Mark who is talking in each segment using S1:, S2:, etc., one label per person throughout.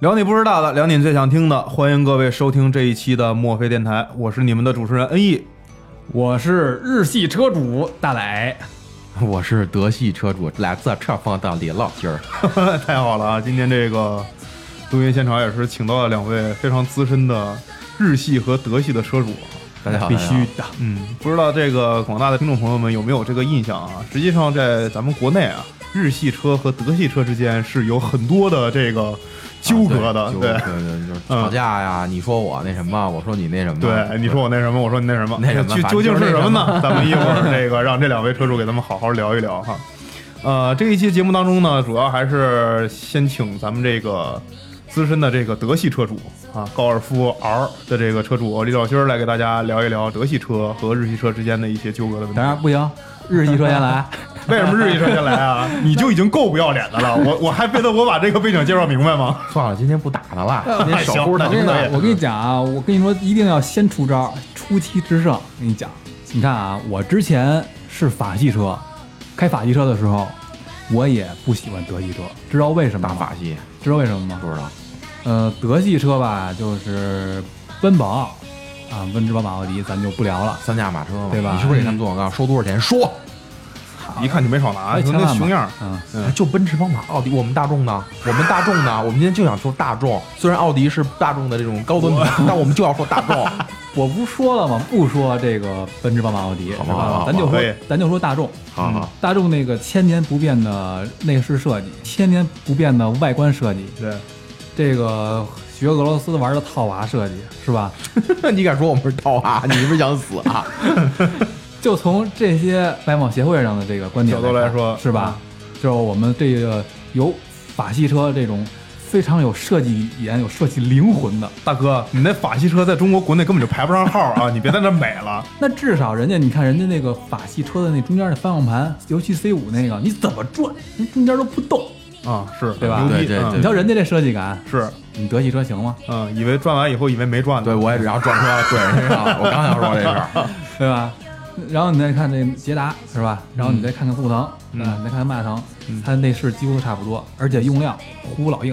S1: 聊你不知道的，聊你最想听的，欢迎各位收听这一期的墨菲电台，我是你们的主持人恩义。
S2: 我是日系车主大磊，
S3: 我是德系车主，来自赤峰的李老军儿。
S1: 太好了啊！今天这个录音现场也是请到了两位非常资深的日系和德系的车主，啊
S3: 大家好
S1: 必须
S2: 的。
S1: 嗯，不知道这个广大的听众朋友们有没有这个印象啊？实际上，在咱们国内啊，日系车和德系车之间是有很多的这个纠葛的，
S3: 啊
S1: 对嗯
S3: 对对对，就是吵架呀，你说我那什么，我说你那什么，
S1: 对哎你说我那什么，我说你那什么，
S3: 嗯那 什么
S1: 究
S3: 反正
S1: 究竟
S3: 就是是
S1: 什
S3: 那
S1: 么
S3: 什么
S1: 呢？咱们一会儿这个让这两位车主给咱们好好聊一聊哈。呃，这一期节目当中呢，主要还是先请咱们这个资深的这个德系车主啊，高尔夫 R 的这个车主李老勋儿来给大家聊一聊德系车和日系车之间的一些纠葛的问题
S2: 当。然不行，日系车先 来。
S1: 为什么日系车先来 啊？你就已经够不要脸的了，我我还非得我把这个背景介绍明白吗？
S3: 算了，今天不打他了，今天手
S1: 哎行
S3: 乎
S1: 那
S3: 疼
S1: 就可以
S3: 的。
S2: 我跟你讲啊，我跟你说，一定要先出招，出奇制胜。我跟你讲，你看啊，我之前是法系车，开法系车的时候，我也不喜欢德系车，知道为什么
S3: 大
S2: 吗？
S3: 法系
S2: 知道为什么吗？
S3: 不知道，
S2: 呃，德系车吧，就是奔宝啊，奔驰、宝马、奥迪，咱就不聊了。
S3: 三驾马车嘛，
S2: 对吧
S3: 你是不是给他们做广告？收多少钱？说，
S1: 一看就没少拿，
S2: 哎
S1: 就
S2: 千
S1: 那
S2: 万
S1: 熊样儿。
S2: 嗯，
S1: 嗯
S3: 哎就奔驰、宝马、奥迪，我们大众 呢？我们大众呢？我们今天就想说大众，虽然奥迪是大众的这种高端品 牌，但我们就要说大众。
S2: 我不说了吗？不说这个奔驰、宝马、奥迪，
S3: 好
S2: 是
S3: 吧好吧
S2: 吧？咱就
S1: 好
S2: 说
S1: 可以，
S2: 咱就说大众。
S3: 好好，
S2: 大众那个千年不变的内饰设计，千年不变的外观设计，
S1: 对，
S2: 这个学俄罗斯玩的套娃设计是吧？
S3: 嗯 你敢说我们是套 娃？你是不是想死啊？
S2: 就从这些白马协会上的这个观点
S1: 角度来
S2: 看
S1: 说嗯
S2: 是吧？就是我们这个有法系车这种非常有设计语言、有设计灵魂的，
S1: 大哥，你那法系车在中国国内根本就排不上号 啊！你别在那美了。
S2: 那至少人家你看人家那个法系车的那中间的方向盘，尤其 C 五那个，你怎么转，人中间都不动。
S1: 啊，是
S2: 对吧
S1: 牛逼，
S3: 对对
S2: 你
S1: 嗯
S2: 瞧人家这设计感，
S1: 是，
S2: 你德系车行吗？
S1: 嗯，以为转完以后以为没转
S3: 对，
S1: 呢，
S3: 我也是，然后撞车了怼人身 上了。我刚想说这事儿，
S2: 对吧？然后你再看这捷达是吧？然后你再看看速腾，啊、
S1: 嗯
S2: 你再看看迈腾，它内饰几乎都差不多，而且用料呼呼老硬，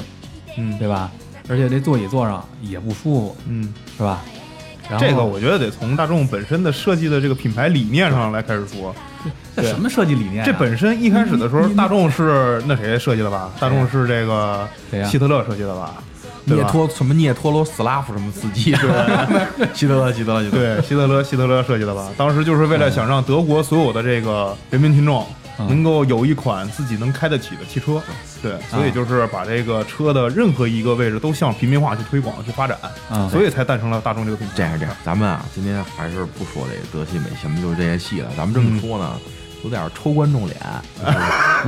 S1: 嗯
S2: 对吧？而且这座椅坐上也不舒服，
S1: 嗯，
S2: 是吧？然后
S1: 这个我觉得得从大众本身的设计的这个品牌理念上来开始说。
S2: 这什么设计理念、啊？
S1: 这本身一开始的时候
S2: 你，你
S1: 大众是那谁设计的吧？大众是这个
S2: 谁啊呀
S1: 希特勒设计的吧？对
S3: 涅
S1: 吧？
S3: 托什么涅托罗斯拉夫什么司机， 希特勒，希特勒，希特勒。
S1: 对，希特勒，希特勒设计的吧？当时就是为了想让德国所有的这个人民群众
S2: 嗯
S1: 能够有一款自己能开得起的汽车，对，所以就是把这个车的任何一个位置都向平民化去推广、去发展，
S2: 嗯
S1: 所以才诞生了大众这个品牌。
S3: 这样这样，咱们啊，今天还是不说这德系美系，什么就是这些戏了。咱们这
S2: 嗯
S3: 么说呢，有点抽观众脸。 就是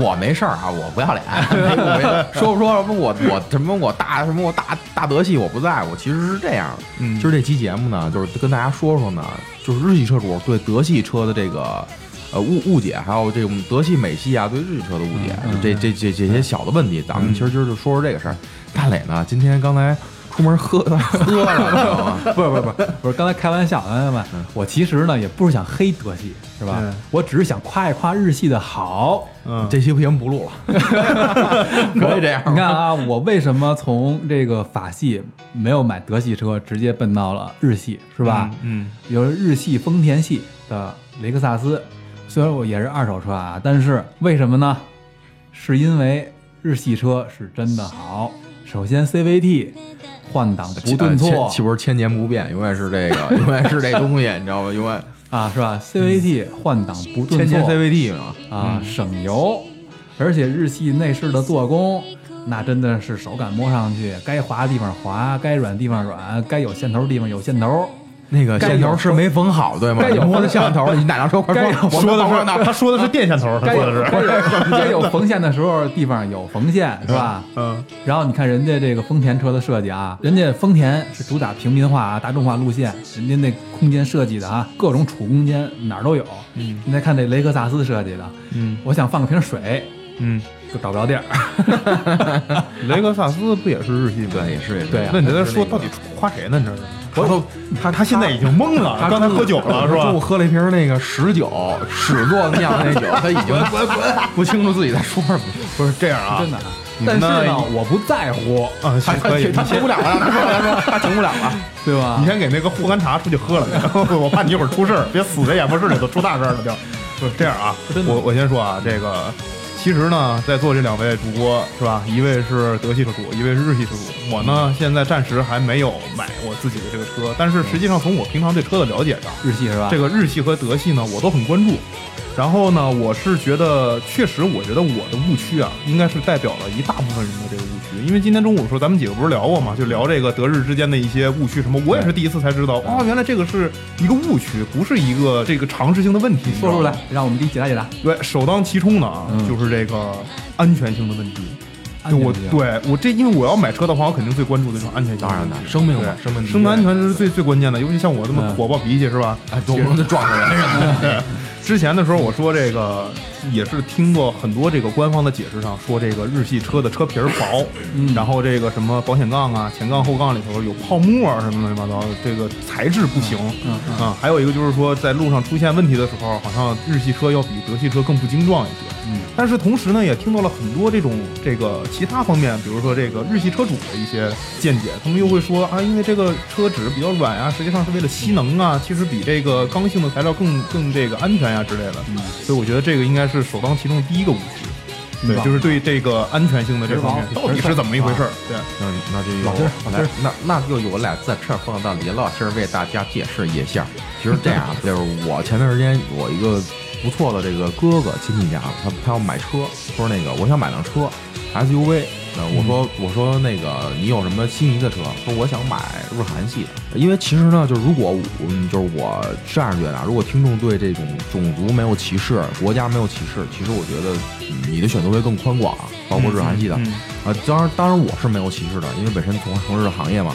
S3: 我没事儿啊，我不要脸， 没没说不说什么我我什么我大什么我大大德系我不在乎，其实是这样。
S1: 嗯
S3: 今儿这期节目呢，就是跟大家说说呢，就是日系车主对德系车的这个。呃，误误解，还有这种德系、美系啊，对日系车的误解，
S2: 嗯嗯嗯
S3: 这这这这些小的问题，咱们其实今儿就说说这个事儿。大磊呢，今天刚才出门喝 喝了，你知道吗？
S2: 不是不是不是不是，刚才开玩笑，朋友们，我其实呢也不是想黑德系，是吧？
S1: 嗯
S2: 我只是想夸一夸日系的好。
S1: 嗯，
S3: 这期不行不录 了，可以这样。
S2: 你看，啊，我为什么从这个法系没有买德系车，直接奔到了日系，是吧？
S1: 嗯，
S2: 有日系丰田系的雷克萨斯，虽然我也是二手车啊，但是为什么呢？是因为日系车是真的好。首先 CVT 换挡不顿挫
S3: 呃千岂不是千年不变，永远是这个， 永远是这东西，你知道吗？永远
S2: 啊，是吧？CVT 换挡不
S3: 嗯千
S2: 顿
S3: 年
S2: 挫
S3: CVT 嘛。
S1: 嗯
S2: 啊，省油，而且日系内饰的做工，那真的是手感摸上去，该滑的地方滑，该软地方软，该有线头的地方有线头。
S3: 那个
S2: 该
S3: 线
S2: 有
S3: 头是没缝好，对吗
S2: 该？有
S3: 摸着线头，你哪辆车快
S2: 该
S3: 说，
S2: 有
S3: 我
S1: 说的
S3: 是
S1: 是他说的是电线头儿，他
S2: 该
S1: 说
S2: 有
S1: 的是，
S2: 该有该有缝线的时候，地方有缝线是吧？
S1: 嗯
S2: 然后你看人家这个丰田车的设计啊，人家丰田是主打平民化啊、大众化路线，人家那空间设计的啊，各种储空间哪儿都有。
S1: 嗯
S2: 你再看这雷克萨斯设计的，
S1: 嗯
S2: 我想放个瓶水，
S1: 嗯，
S2: 就找不着地儿。
S1: 雷克萨斯不也是日系吗？
S3: 对，也是也是
S2: 对啊
S1: 那你在这说到底夸谁呢？你这是？
S3: 他都他
S1: 他现在已经懵了，
S3: 他
S1: 刚才喝酒了是
S3: 中午
S1: 吧？
S3: 喝了一瓶那个十酒，屎做酿的那 酒，他已经不清楚自己在说什么。
S1: 不是这样啊，
S2: 真的啊。
S1: 你
S2: 但
S1: 们
S2: 是
S1: 那
S2: 呢，我不在乎，
S1: 啊，
S3: 他
S1: 行
S3: 他
S1: 可以，
S3: 他
S1: 你
S3: 停
S1: 先
S3: 不了了， 他说他说他停不了了。
S2: 对吧
S1: 你？先给那个护肝茶出去喝了，我怕你一会儿出事儿，别死在演播室里头出大事儿了就。就这样啊，
S2: 真的
S1: 我我先说啊，这个其实呢，在座这两位主播是吧？一位是德系车主，一位是日系车主。我呢，现在暂时还没有买我自己的这个车，但是实际上从我平常对车的了解上，
S2: 日系是吧？
S1: 这个日系和德系呢，我都很关注。然后呢，我是觉得，确实，我觉得我的误区啊，应该是代表了一大部分人的这个误区。因为今天中午的时候，咱们几个不是聊过嘛，就聊这个德日之间的一些误区什么。我也是第一次才知道，啊，原来这个是一个误区，不是一个这个常识性的问题。
S2: 说出来
S1: 你知道
S2: 让
S1: 吗，
S2: 我们给你解答解答。
S1: 对，首当其冲的啊，
S2: 嗯
S1: 就是这个安全性的问题。
S2: 安
S1: 就
S2: 全
S1: 我
S2: 性
S1: 对我这，因为我要买车的话，我肯定最关注的就是安全性。
S3: 当然了，生命嘛，
S1: 对
S3: 生命
S1: 生命安全是最最关键的，尤其像我这么
S2: 嗯
S1: 火爆脾气是吧？
S3: 哎，动不动就撞着人什么的。
S1: 之前的时候，我说这个也是听过很多这个官方的解释上说，这个日系车的车皮儿薄，
S2: 嗯
S1: 然后这个什么保险杠啊、前杠、后杠里头有泡沫啊什么乱七八糟的，这个材质不行。
S2: 嗯嗯
S1: 啊，还有一个就是说，在路上出现问题的时候，好像日系车要比德系车更不精壮一些。
S2: 嗯，
S1: 但是同时呢，也听到了很多这种这个其他方面，比如说这个日系车主的一些见解，他们又会说啊，因为这个车纸比较软啊，实际上是为了吸能啊，其实比这个刚性的材料更更这个安全啊呀、之类的。
S2: 嗯
S1: 所以我觉得这个应该是首当其冲的第一个误区，
S2: 嗯
S1: 对，就是对这个安全性的这方面
S2: 直
S1: 到
S2: 往
S1: 底是怎么一回事儿？对。
S3: 那那就
S2: 老
S3: 有
S2: 弟儿老弟儿
S3: 那那就有来在这儿放到李老师为大家解释一下。其实这 样，就是我前段时间我一个不错的这个哥哥亲戚家，他他要买车，说那个我想买辆车 SUV。那我说、我说那个你有什么心仪的车？说我想买日韩系，因为其实呢，就是如果我嗯就是我这样觉得啊，如果听众对这种种族没有歧视、国家没有歧视，其实我觉得嗯你的选择会更宽广，包括日韩系的。
S1: 嗯嗯
S3: 啊，当然，当然我是没有歧视的，因为本身从从事行业嘛。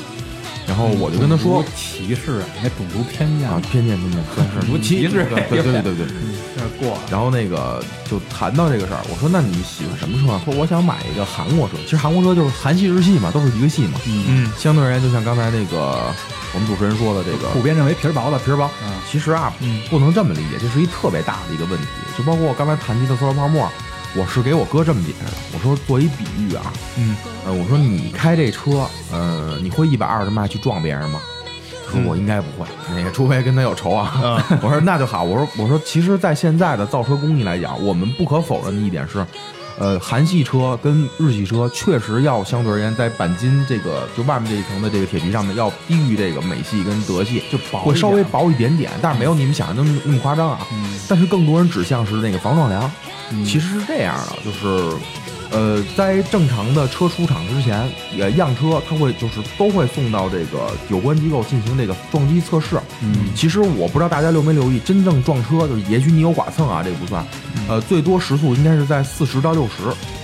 S3: 然后我就跟他说
S2: 种族歧视啊，那种族偏见
S3: 啊，偏见偏见，对，
S2: 种族歧视
S3: 对对对对对。
S1: 这过
S3: 然后那个就谈到这个事儿，我说那你喜欢什么车啊？说我想买一个韩国车。其实韩国车就是韩系、日系嘛，都是一个系嘛。
S1: 嗯
S3: 相对而言，就像刚才那个我们主持人说的这个
S2: 普遍认为皮儿薄的皮儿薄，嗯，
S3: 其实啊
S1: 嗯，
S3: 不能这么理解，这是一特别大的一个问题。就包括我刚才谈及的塑料泡沫，我是给我哥这么解释的。我说做一比喻啊，
S1: 嗯，
S3: 呃，我说你开这车，呃，你会一百二十迈去撞别人吗？他说
S1: 嗯
S3: 我应该不会，那个除非跟他有仇啊。
S1: 啊
S3: 我说那就好，我说我说，其实，在现在的造车工艺来讲，我们不可否认的一点是，呃，韩系车跟日系车确实要相对而言，在钣金这个就外面这一层的这个铁皮上面要低于这个美系跟德系，
S2: 就薄
S3: 会
S2: 一
S3: 稍
S2: 点
S3: 微薄一点点，但是没有你们想的那么那么夸张啊。
S2: 嗯
S3: 但是更多人指向是那个防撞梁，
S2: 嗯
S3: 其实是这样的，就是，呃，在正常的车出厂之前，也样车它会就是都会送到这个有关机构进行这个撞击测试。
S2: 嗯
S3: 其实我不知道大家留没留意，真正撞车就是也许你有剐蹭啊，这个不算，
S2: 嗯
S3: 呃，最多时速应该是在四十到六十，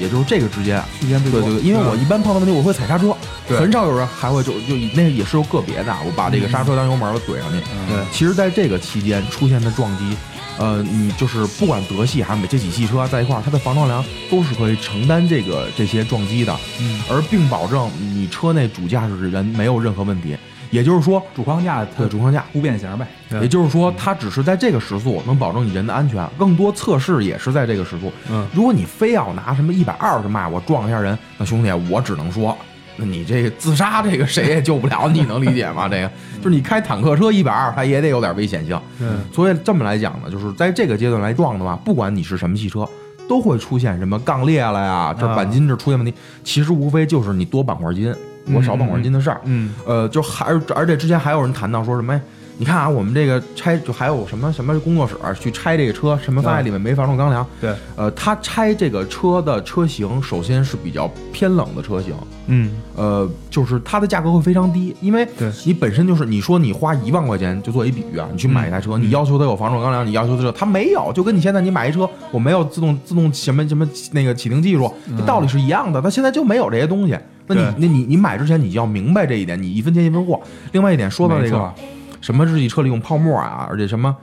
S3: 也就是这个之间。啊
S2: 区间最嗯
S3: 对
S2: 多
S3: 对，对因为我一般碰到问题我会踩刹车，
S1: 对
S3: 很少有人还会就就以那也是有个别的，啊我把这个刹车当油门我怼上去。
S2: 嗯
S1: 对
S3: 其实，在这个期间出现的撞击，呃，你就是不管德系还是美这几系车在一块儿，它的防撞梁都是可以承担这个这些撞击的，
S2: 嗯
S3: 而并保证你车内主驾驶人没有任何问题。也就是说，
S2: 主框架它
S3: 对主框架，
S2: 不变形呗，
S1: 对
S3: 也就是说，它只是在这个时速能保证你人的安全，更多测试也是在这个时速。
S1: 嗯
S3: 如果你非要拿什么一百二十迈我撞一下人，那兄弟，我只能说，那你这个自杀这个谁也救不了，你能理解吗？这个就是你开坦克车一百二，它也得有点危险性。
S1: 嗯
S3: 所以这么来讲呢，就是在这个阶段来撞的话，不管你是什么汽车，都会出现什么杠裂了呀，这
S1: 啊
S3: 钣金这出现问题，其实无非就是你多板块金，我少板块金的事儿。
S1: 嗯
S3: 呃，就还而而且之前还有人谈到说什么，哎你看啊，我们这个拆就还有什么什么工作室去拆这个车，什么发现里面没防撞钢梁。
S1: 啊对，
S3: 呃，他拆这个车的车型，首先是比较偏冷的车型，
S1: 嗯，
S3: 呃，就是它的价格会非常低，因为
S1: 对
S3: 你本身就是你说你花一万块钱就做一比喻啊，你去买一台车，你要求它有防撞钢梁，你要求它有它没有，就跟你现在你买一车，我没有自动自动什么什么那个启停技术，这道理是一样的，它现在就没有这些东西。那你
S1: 对
S3: 那你你买之前你就要明白这一点，你一分钱一分货。另外一点说到这
S2: 没
S3: 个
S2: 错
S3: 什么日系车里用泡沫啊，而且什么，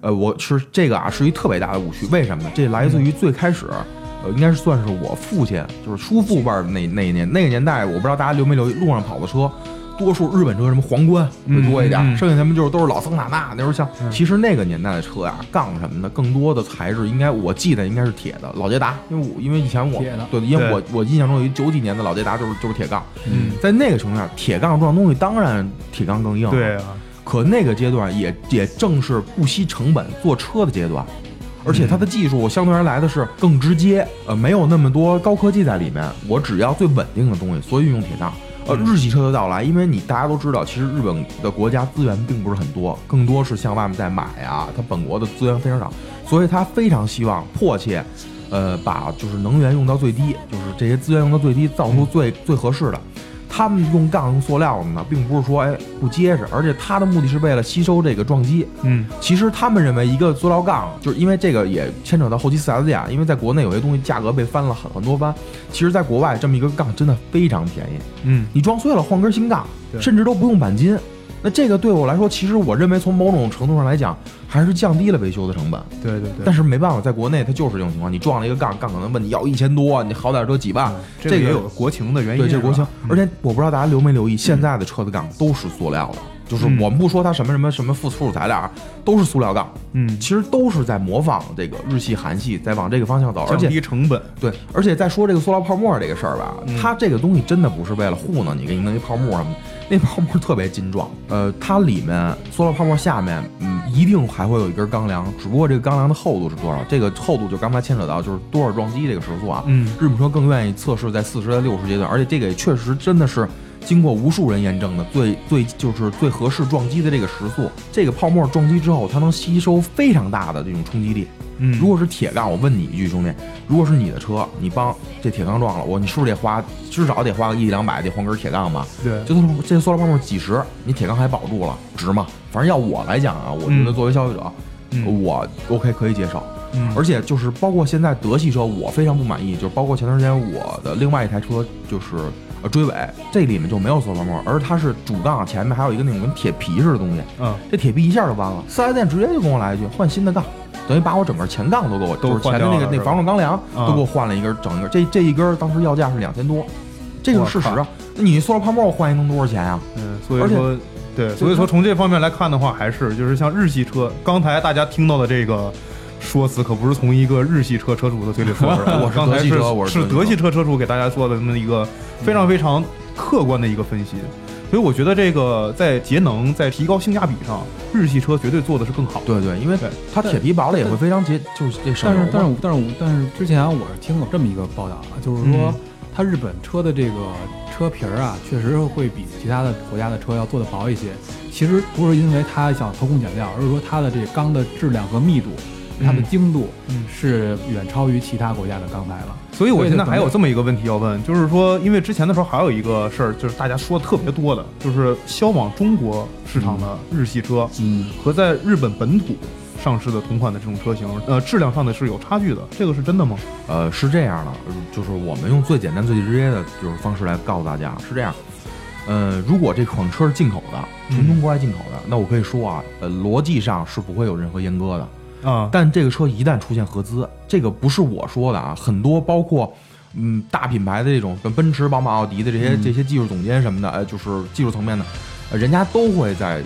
S3: 呃，我是这个啊是一特别大的误区，为什么呢？这来自于最开始。呃，应该是算是我父亲，就是叔父辈儿那那一年那个年代，我不知道大家留没留意，路上跑的车，多数日本车什么皇冠会多一点，
S1: 嗯嗯
S3: 剩下他们就是都是老桑塔纳。那时候像，其实那个年代的车呀，杠什么的，更多的材质应该我记得应该是铁的，老捷达，因为我因为以前我
S2: 铁的
S3: 对，因为
S1: 对嗯
S3: 我我印象中有一九几年的老捷达就是就是铁杠，在那个情况下，铁杠撞东西当然铁杠更硬，
S1: 对啊，
S3: 可那个阶段也也正是不惜成本做车的阶段，而且它的技术相对而来的是更直接，呃，没有那么多高科技在里面。我只要最稳定的东西，所以用铁杠。呃，日系车的到来，因为你大家都知道，其实日本的国家资源并不是很多，更多是向外面在买啊，它本国的资源非常少，所以它非常希望迫切，呃，把就是能源用到最低，就是这些资源用到最低，造出最、最合适的。他们用杠用塑料的呢，并不是说哎不结实，而且它的目的是为了吸收这个撞击。
S1: 嗯，
S3: 其实他们认为一个塑料杠，就是因为这个也牵扯到后期 4S 店啊，因为在国内有些东西价格被翻了很很多番，其实在国外这么一个杠真的非常便宜，
S1: 嗯，
S3: 你撞碎了换根新杠，
S1: 对
S3: 甚至都不用钣金。那这个对我来说，其实我认为从某种程度上来讲，还是降低了维修的成本。
S1: 对对对，
S3: 但是没办法，在国内它就是这种情况，你撞了一个杠，杠可能问你要一千多，你好歹说几万，
S1: 这
S3: 这
S1: 也
S3: 个
S1: 有国情的原因，啊
S3: 对，这国情。而
S1: 且
S3: 且我不知道大家留没留意，现在的车的杠都是塑料的，就是
S1: 嗯
S3: 我们不说它什么什么什么附附属材料啊，都是塑料杠，
S1: 嗯，
S3: 其实都是在模仿这个日系、韩系，在往这个方向走，而
S1: 降
S3: 且
S1: 低成本，
S3: 对，而且再说这个塑料泡沫这个事儿吧，
S1: 嗯
S3: 它这个东西真的不是为了糊弄你，给你弄一泡沫 什么的，那泡沫特别精壮。呃，它里面塑料泡沫下面，嗯，一定还会有一根钢梁，只不过这个钢梁的厚度是多少？这个厚度就刚才牵扯到就是多少撞击这个时速啊。
S1: 嗯
S3: 日本车更愿意测试在四十、在六十阶段，而且这个也确实真的是。经过无数人验证的最最就是最合适撞击的这个时速，这个泡沫撞击之后，它能吸收非常大的这种冲击力。
S1: 嗯，
S3: 如果是铁杠，我问你一句，兄弟，如果是你的车，你帮这铁杠撞了我，你是不是得花至少得花个一两百，得换根铁杠吧？
S1: 对
S3: 就算这塑料泡沫几十，你铁杠还保住了，值吗？反正要我来讲啊，我觉得
S1: 嗯
S3: 作为消费者，
S1: 嗯
S3: 我 OK 可以接受。
S1: 嗯
S3: 而且就是包括现在德系车，我非常不满意，就是包括前段时间我的另外一台车就是呃追尾，这里面就没有塑料泡沫，而它是主杠前面还有一个那种跟铁皮似的东西，
S1: 嗯，
S3: 这铁皮一下就弯了。四 S 店直接就跟我来一句换新的杠，等于把我整个前杠都给我，
S1: 都
S3: 就是前
S1: 换
S3: 的
S1: 掉了
S3: 那个那
S1: 是吧
S3: 防撞钢梁
S1: 啊
S3: 都给我换了一根，整一根。这这一根当时要价是两千多，这个是事实
S1: 我
S3: 啊。那你塑料泡沫换一能多少钱啊？
S1: 嗯，所
S3: 而
S1: 以
S3: 且
S1: 说，对，所以说从这方面来看的话，还是就是像日系车，刚才大家听到的这个说辞，可不是从一个日系车车主的嘴里说出 来的，
S3: 我是
S1: 刚才
S3: 德系车嗯我是
S1: 是
S3: 德
S1: 德
S3: 系
S1: 系车车主给大家做的那么一个非常非常客观的一个分析。所以我觉得这个在节能、在提高性价比上，日系车绝对做的是更好的。
S3: 对对，因为
S1: 对
S3: 它铁皮薄了也会非常节，就是这省
S2: 但
S3: 油
S2: 是
S3: 嘛。
S2: 但是但是我但是之前啊我是听过这么一个报道啊，就是说
S1: 嗯
S2: 它日本车的这个车皮儿啊，确实会比其他的国家的车要做的薄一些。其实不是因为它想偷工减料，而是说它的这钢的质量和密度，它的
S1: 嗯
S2: 精度
S1: 嗯
S2: 是远超于其他国家的钢材了。
S1: 所以我现在还有这么一个问题要问，就是说，因为之前的时候还有一个事儿，就是大家说的特别多的，就是销往中国市场的日系车，
S2: 嗯，
S1: 和在日本本土上市的同款的这种车型，呃，质量上的是有差距的，这个是真的吗？
S3: 呃，是这样的，就是我们用最简单、最直接的就是方式来告诉大家，是这样。呃，如果这款车是进口的，从中国来进口的，那我可以说啊，呃，逻辑上是不会有任何阉割的。
S1: 啊，
S3: 但这个车一旦出现合资，这个不是我说的啊，很多包括嗯大品牌的这种奔驰、宝马、奥迪的这些、这些技术总监什么的，呃，就是技术层面的，呃人家都会在。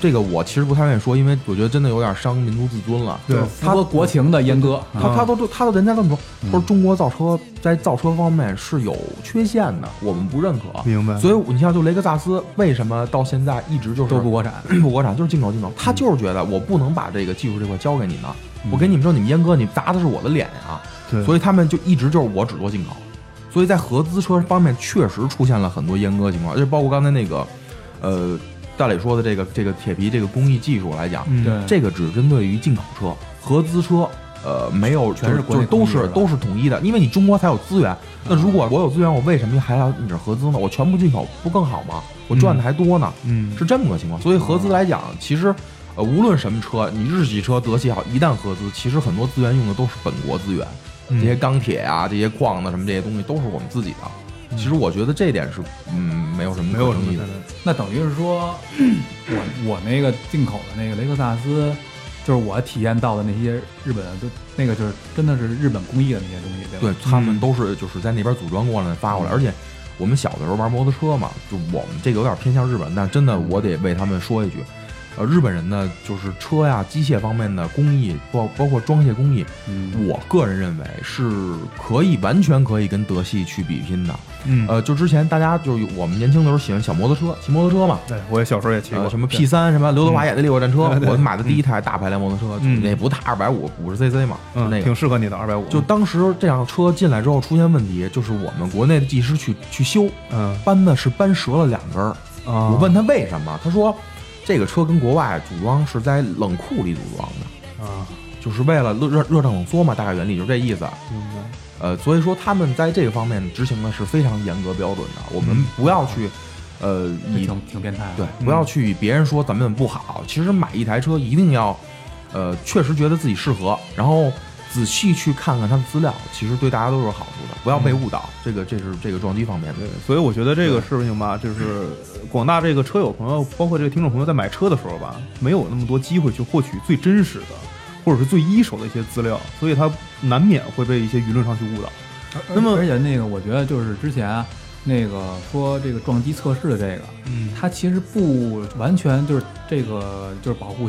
S3: 这个我其实不太愿意说，因为我觉得真的有点伤民族自尊了。
S1: 对
S3: 就是
S2: 符
S3: 他
S2: 合国情的阉割，啊
S3: 他他都他都人家这么说，他说中国造车在造车方面是有缺陷的，我们不认可。
S1: 明白
S3: 所以你像就雷克萨斯，为什么到现在一直就是
S2: 都不国产。
S3: 不国产，就是进口进口，他就是觉得我不能把这个技术这块交给你们，我给你们之后你们阉割，你砸的是我的脸啊。
S1: 对
S3: 所以他们就一直就是我只做进口，所以在合资车方面确实出现了很多阉割情况，而且包括刚才那个，呃，大磊说的这个这个铁皮这个工艺技术来讲，
S1: 嗯
S2: 对
S3: 这个只针对于进口车，合资车。呃，没有，
S2: 全
S3: 就是
S2: 国内
S3: 就都
S2: 统一
S3: 是
S2: 的嗯
S3: 都是统一的，因为你中国才有资源。那如果我有资源，我为什么还要你这合资呢？我全部进口不更好吗？我赚的还多呢。
S1: 嗯
S3: 是这么个情况。所以合资来讲，其实呃，无论什么车，你日系车、德系也好，一旦合资，其实很多资源用的都是本国资源，这些钢铁啊、这些矿的什么这些东西都是我们自己的。其实我觉得这点是嗯没有什么
S1: 没有
S3: 可
S1: 什
S3: 争
S1: 么
S3: 议的
S1: 太。大
S2: 那等于是说，我我那个进口的那个雷克萨斯，就是我体验到的那些日本的，就那个就是真的是日本工艺的那些东西，对吧？
S3: 对他们都是就是在那边组装过来发过来，而且我们小的时候玩摩托车嘛，就我们这个有点偏向日本，但真的我得为他们说一句，呃，日本人呢就是车呀、机械方面的工艺，包包括装卸工艺，
S2: 嗯，
S3: 我个人认为是可以完全可以跟德系去比拼的。
S1: 嗯
S3: 呃，就之前大家就是我们年轻的时候喜欢小摩托车，骑摩托车嘛，
S1: 对，我也小时候也骑
S3: 呃，
S1: 过
S3: 什么 P 三，什么刘德华演的《烈火战车》我买的第一台大排量摩托车，
S1: 嗯
S3: 就那不大二百五五十 CC 嘛，就
S1: 嗯，
S3: 那个
S1: 挺。适嗯合你的二百五，
S3: 就当时这辆车进来之后出现问题，就是我们国内的技师去去修，
S1: 嗯
S3: 搬的是搬折了两根儿。
S1: 啊，
S3: 我问他为什么，他说这个车跟国外组装是在冷库里组装的，
S1: 啊，
S3: 就是为了热热热胀冷缩嘛，大概原理就是这意思。
S1: 明白
S3: 呃，所以说他们在这个方面执行的是非常严格标准的。我
S1: 嗯
S3: 们不要去，呃，
S2: 这
S3: 以
S2: 挺挺变态的。
S3: 对，不
S1: 嗯
S3: 要去以别人说咱们不好。其实买一台车一定要，呃，确实觉得自己适合，然后仔细去看看它的资料，其实对大家都是有好处的。不要被误导，这个这是这个撞击方面的
S1: 嗯对，所以我觉得这个事情吧，就是广大这个车友朋友，包括这个听众朋友，在买车的时候吧，没有那么多机会去获取最真实的，或者是最一手的一些资料，所以他难免会被一些舆论上去误导。
S2: 那么呃而且那个，我觉得就是之前啊那个说这个撞击测试的这个，
S1: 嗯
S2: 它其实不完全就是这个就是保护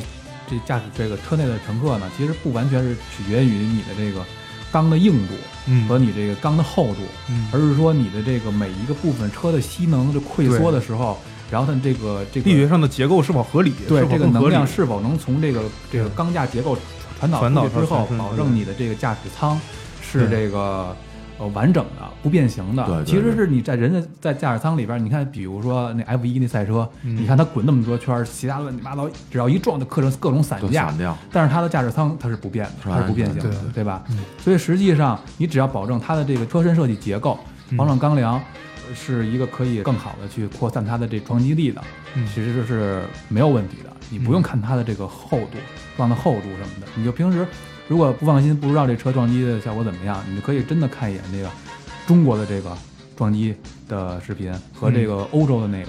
S2: 这驾驶这个车内的乘客呢，其实不完全是取决于你的这个钢的硬度
S1: 嗯
S2: 和你这个钢的厚度，
S1: 嗯
S2: 而是说你的这个每一个部分车的吸能的溃缩的时候，然后它这个这个
S1: 力学上的结构是否合理？
S2: 对
S1: 是否
S2: 这个
S1: 更合
S2: 能
S1: 理
S2: 量？是否能从这个这个钢架结构传导
S1: 传导
S2: 出去之后
S1: 到全身，
S2: 保
S1: 对
S2: 证你的这个驾驶舱是
S1: 对
S2: 这个呃完整的、不变形的。
S3: 对对
S2: 其实是你在人家在驾驶舱里边，你看，比如说那 F 一那赛车，
S1: 嗯
S2: 你看它滚那么多圈儿，其他乱七八糟，只要一撞就磕成各种散
S3: 就
S2: 架
S3: 散。掉。
S2: 但是它的驾驶舱它是不变的，
S3: 是吧
S2: 它是不变形的
S1: 对，嗯
S2: 对吧？所以实际上，你只要保证它的这个车身设计结构、
S1: 嗯
S2: 防撞钢梁呃是一个可以更好的去扩散它的这撞击力的，
S1: 嗯
S2: 其实是没有问题的。你不用看它的这个厚度、撞的厚度什么的，你就平时如果不放心，不知道这车撞击的效果怎么样，你就可以真的看一眼这个中国的这个撞击的视频和这个欧洲的那个。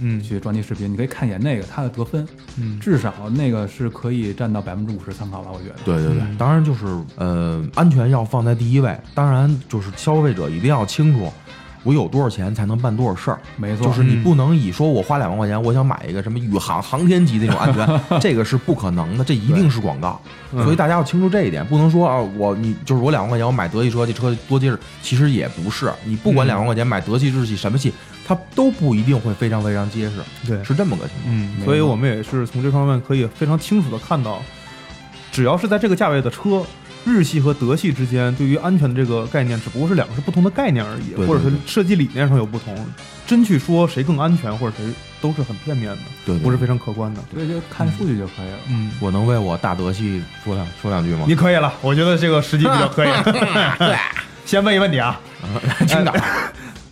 S1: 嗯
S2: 去撞击视频，你可以看一眼那个它的得分，
S1: 嗯
S2: 至少那个是可以占到百分之五十参考吧，我觉得。
S3: 对对对，当然就是呃，安全要放在第一位。当然就是消费者一定要清楚，我有多少钱才能办多少事儿。
S2: 没错，
S3: 就是你
S1: 嗯
S3: 不能以说我花两万块钱，我想买一个什么宇航航天级那种安 全，这个是不可能的，这一定是广告。
S1: 嗯
S3: 所以大家要清楚这一点，不能说啊，我你就是我两万块钱我买德系车，这车多结实，其实也不是。你不管
S1: 嗯
S3: 两万块钱买德系、日系什么系，它都不一定会非常非常结实，
S1: 对
S3: 是这么个情况。
S1: 嗯，所以我们也是从这方面可以非常清楚的看到，只要是在这个价位的车，日系和德系之间对于安全的这个概念，只不过是两个是不同的概念而已，
S3: 对对
S1: 或者是
S3: 对
S1: 设计理念上有不同。真去说谁更安全，或者谁都是很片面的，
S3: 对对对
S1: 不是非常客观的。
S2: 所以就看数据就可以了。
S1: 嗯，
S3: 我能为我大德系说两说两句吗？
S1: 你可以了，我觉得这个时机比较可以。 先问一问你啊，
S3: 听着，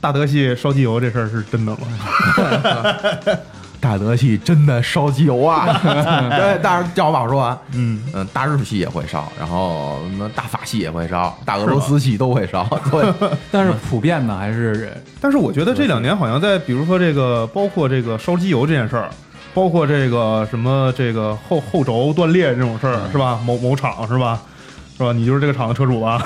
S1: 大德系烧机油这事儿是真的吗？
S3: 大德系真的烧机油啊！对，但是让我把话说完。嗯嗯，大日系也会烧，然后什么大法系也会烧，大俄罗斯系都会烧。对，
S2: 但是普遍呢，还是
S1: 但是我觉得这两年好像在，比如说这个，包括这个烧机油这件事儿，包括这个什么这个后后轴断裂这种事儿，是吧？
S3: 嗯
S1: 某某厂是吧？是吧？你就是这个厂的车主吧？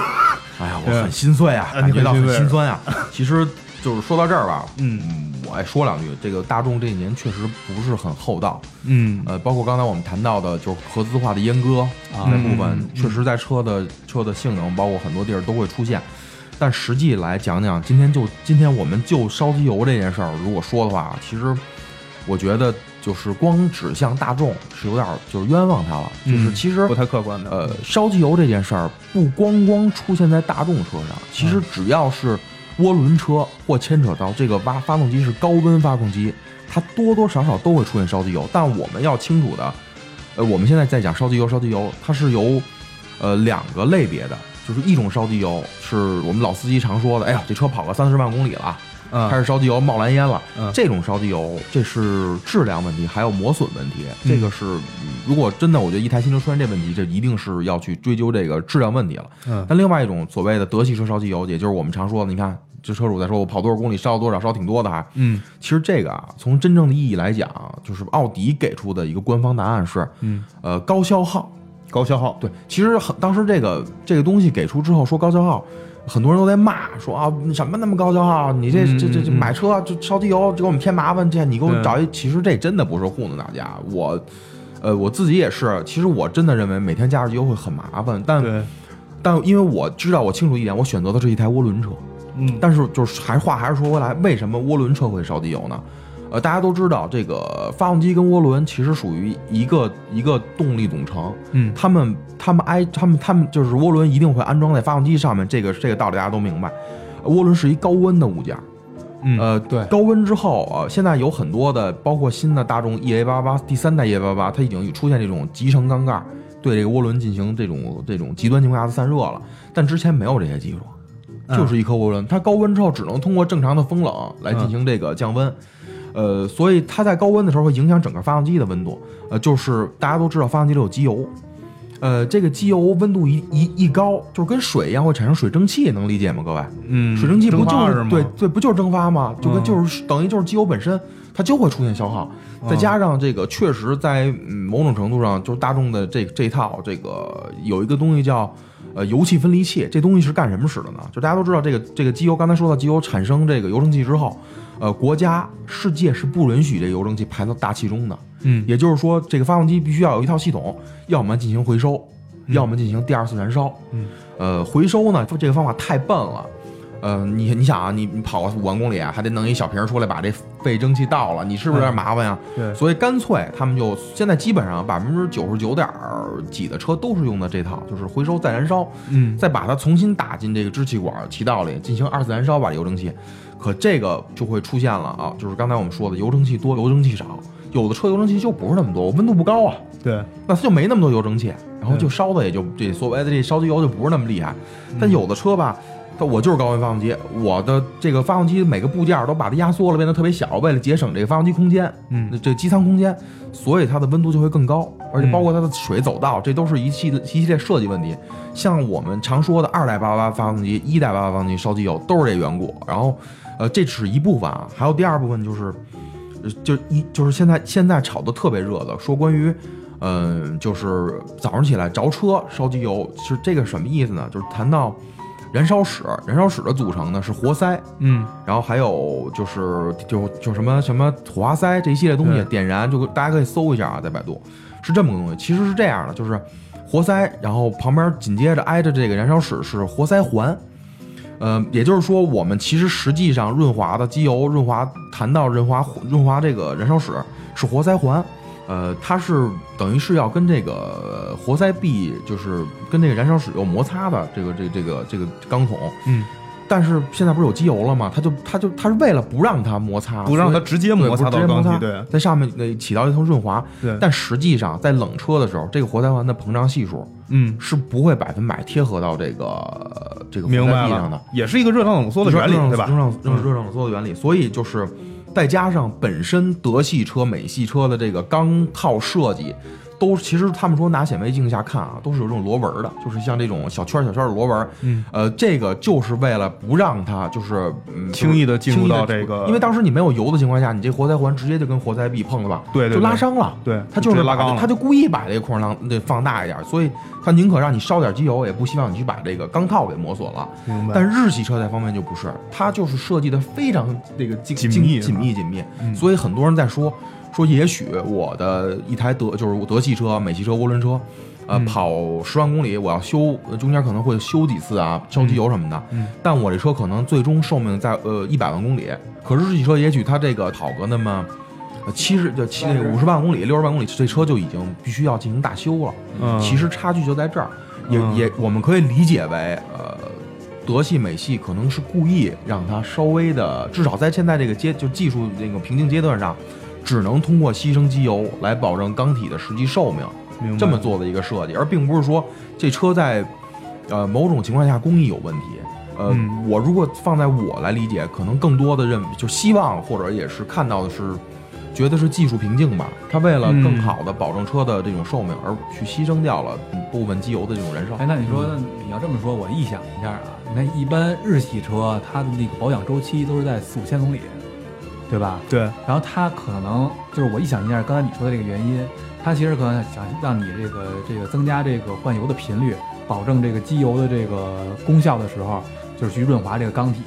S3: 哎呀，我
S1: 对
S3: 很心碎啊，
S1: 啊
S3: 感觉到
S1: 你
S3: 很
S1: 很心碎
S3: 心酸啊。其实就是说到这儿吧，
S1: 嗯
S3: 我也说两句，这个大众这几年确实不是很厚道。
S1: 嗯
S3: 呃，包括刚才我们谈到的，就是合资化的阉割
S2: 啊
S3: 这部分，
S1: 嗯
S3: 确实在车的车的性能，包括很多地儿都会出现。但实际来讲讲，今天就今天我们就烧机油这件事儿，如果说的话，其实我觉得就是光指向大众是有点儿就是冤枉他了。就是
S1: 嗯
S3: 其实
S1: 不太客观的。
S3: 呃，烧机油这件事儿不光光出现在大众车上，其实只要是涡轮车或牵扯到这个挖发动机是高温发动机，它多多少少都会出现烧机油。但我们要清楚的，呃，我们现在在讲烧机油，烧机油它是由呃两个类别的，就是一种烧机油是我们老司机常说的，哎呀，这车跑个三十万公里了。
S1: 嗯
S3: 开始烧机油冒蓝烟了。
S1: 嗯
S3: 这种烧机油，这是质量问题，还有磨损问题。这个是，嗯如果真的，我觉得一台新车出现这问题，这一定是要去追究这个质量问题了。
S1: 嗯
S3: 但另外一种所谓的德系车烧机油，也就是我们常说的，你看这车主在说我跑多少公里，烧了多少，烧挺多的还。
S1: 嗯
S3: 其实这个啊，从真正的意义来讲，就是奥迪给出的一个官方答案是，
S1: 嗯，
S3: 呃，高消耗。
S1: 高消耗，
S3: 对，其实很当时这个这个东西给出之后，说高消耗，很多人都在骂，说啊你什么那么高消耗，你这这
S1: 嗯
S3: 这这买车啊就烧机油，就给我们添麻烦，这你给我
S1: 对
S3: 找一，其实这真的不是糊弄大家，我。呃，我自己也是，其实我真的认为每天加热机油会很麻烦，但
S1: 对，
S3: 但因为我知道我清楚一点，我选择的是一台涡轮车，
S1: 嗯
S3: 但是就是还话还是说回来，为什么涡轮车会烧机油呢？呃，大家都知道，这个发动机跟涡轮其实属于一个一个动力总成，
S1: 嗯
S3: 他们他们挨他们他们就是涡轮一定会安装在发动机上面，这个这个道理大家都明白。呃涡轮是一高温的物件儿，
S1: 嗯
S3: 呃，
S2: 对
S3: 高温之后啊、呃现在有很多的，包括新的大众 EA 八八第三代 EA 八八，它已经有出现这种集成钢盖儿对这个涡轮进行这种这种极端情况下的散热了，但之前没有这些技术。
S1: 嗯
S3: 就是一颗涡轮，它高温之后只能通过正常的风冷来进行这个降温，呃，所以它在高温的时候会影响整个发动机的温度。呃，就是大家都知道发动机里有机油，呃，这个机油温度一一一高，就是跟水一样会产生水蒸气，能理解吗？各位，
S1: 嗯，
S3: 水蒸气不
S1: 蒸
S3: 就
S1: 发是
S3: 是
S1: 吗
S3: 对对，不就是蒸发吗？就跟
S1: 嗯
S3: 就是等于就是机油本身，它就会出现消耗。再加上这个，确实在嗯某种程度上，就是大众的这这套这个有一个东西叫呃油气分离器，这东西是干什么使的呢？就大家都知道，这个这个机油，刚才说到机油产生这个油蒸气之后，呃，国家世界是不允许这油蒸气排到大气中的。
S1: 嗯
S3: 也就是说，这个发动机必须要有一套系统，要么进行回收，要么进行第二次燃烧。
S1: 嗯，
S3: 呃，回收呢，这个方法太笨了。呃，你你想啊，你你跑个五万公里啊，还得弄一小瓶儿出来把这废蒸气倒了，你是不是有点麻烦呀、
S1: 对
S3: 所以干脆他们就现在基本上百分之九十九点儿几的车都是用的这套，就是回收再燃烧，
S1: 嗯
S3: 再把它重新打进这个支气管儿气道里进行二次燃烧吧，油蒸气。可这个就会出现了啊，就是刚才我们说的油蒸气多，油蒸气少。有的车油蒸气就不是那么多，温度不高啊，
S1: 对，
S3: 那它就没那么多油蒸气，然后
S1: 对
S3: 就烧的也就这所谓的这烧机油就不是那么厉害。但有的车吧，它我就是高温发动机，我的这个发动机每个部件都把它压缩了，变得特别小，为了节省这个发动机空间，
S1: 嗯
S3: 那这机舱空间，所以它的温度就会更高，而且包括它的水走道，这都是一系列一系列设计问题。像我们常说的二代八八发动机、一代八八发动机烧机油都是这缘故。然后，呃，这只是一部分啊，还有第二部分就是，呃就一就是现在现在炒得特别热的，说关于。嗯，就是早上起来着车烧机油，是这个什么意思呢？就是谈到燃烧室，燃烧室的组成呢是活塞，
S1: 嗯
S3: 然后还有就是就就什么什么火花塞这一系列东西
S1: 对
S3: 点燃，就大家可以搜一下啊，在百度是这么个东西。其实是这样的，就是活塞，然后旁边紧接着挨着这个燃烧室是活塞环。呃，也就是说，我们其实实际上润滑的机油润滑，谈到润滑润滑这个燃烧室是活塞环，呃，它是等于是要跟这个呃活塞壁，就是跟这个燃烧室有摩擦的这个这个这个这个钢筒，
S1: 嗯，
S3: 但是现在不是有机油了吗？它就它就它是为了不让它摩擦，
S1: 不让它
S3: 所以
S1: 直接
S3: 对
S1: 摩擦
S3: 不是直
S1: 到
S3: 接摩
S1: 钢体，
S3: 擦
S1: 对
S3: 在上面那起到一层润滑。
S1: 对，
S3: 但实际上，在冷车的时候，这个活塞环的膨胀系数
S1: 嗯，
S3: 是不会百分百贴合到这个呃这个活
S1: 明
S3: 塞
S1: 白
S3: 壁上的
S1: 了。，也是一个热胀冷缩的原理，对吧
S3: 热？胀
S1: 嗯
S3: 热胀冷缩的原理，所以就是再加上本身德系车、美系车的这个钢套设计，都其实他们说拿显微镜下看啊，都是有这种螺纹的，就是像这种小圈儿小圈儿的螺纹。
S1: 嗯，
S3: 呃，这个就是为了不让它就是嗯
S1: 轻易地进入到这个
S3: 因为当时你没有油的情况下，你这活塞环直接就跟活塞壁碰了吧，
S1: 对对对
S3: 就拉伤了。
S1: 对，
S3: 他就是
S1: 直接拉
S3: 把
S1: 缸
S3: 这
S1: 了，
S3: 他就故意把这个空让那放大一点，所以他宁可让你烧点机油，也不希望你去把这个钢套给磨损了。
S1: 明白？
S3: 但日系车在方面就不是，它就是设计的非常这个紧
S1: 紧
S3: 紧
S1: 密是
S3: 紧
S1: 吧
S3: 密紧密，
S1: 嗯
S3: 所以很多人在说说，也许我的一台德就是德系车、美系车、涡轮车，呃，
S1: 嗯
S3: 跑十万公里，我要修，呃中间可能会修几次啊，烧机油什么的，
S1: 嗯
S3: 但我这车可能最终寿命在呃一百万公里，可是日系车也许它这个跑个那么。呃七十就七五十万公里、六十万公里，这车就已经必须要进行大修了。
S1: 嗯
S3: 其实差距就在这儿，也
S1: 嗯
S3: 也我们可以理解为，呃，德系、美系可能是故意让它稍微的，至少在现在这个阶就技术那个瓶颈阶段上，只能通过牺牲机油来保证钢体的实际寿
S1: 明白
S3: 命，这么做的一个设计，而并不是说这车在呃某种情况下工艺有问题。呃，
S1: 嗯
S3: 我如果放在我来理解，可能更多的认就希望或者也是看到的是，觉得是技术瓶颈吧。它为了更
S1: 嗯
S3: 好的保证车的这种寿命，而去牺牲掉了部分机油的这种燃烧。
S2: 哎，那你说你要这么说，我臆想一下啊，那一般日系车它的那个保养周期都是在四五千公里，对吧？
S1: 对，
S2: 然后它可能就是我臆想一下刚才你说的这个原因，它其实可能想让你这个这个增加这个换油的频率，保证这个机油的这个功效的时候，就是去润滑这个钢体，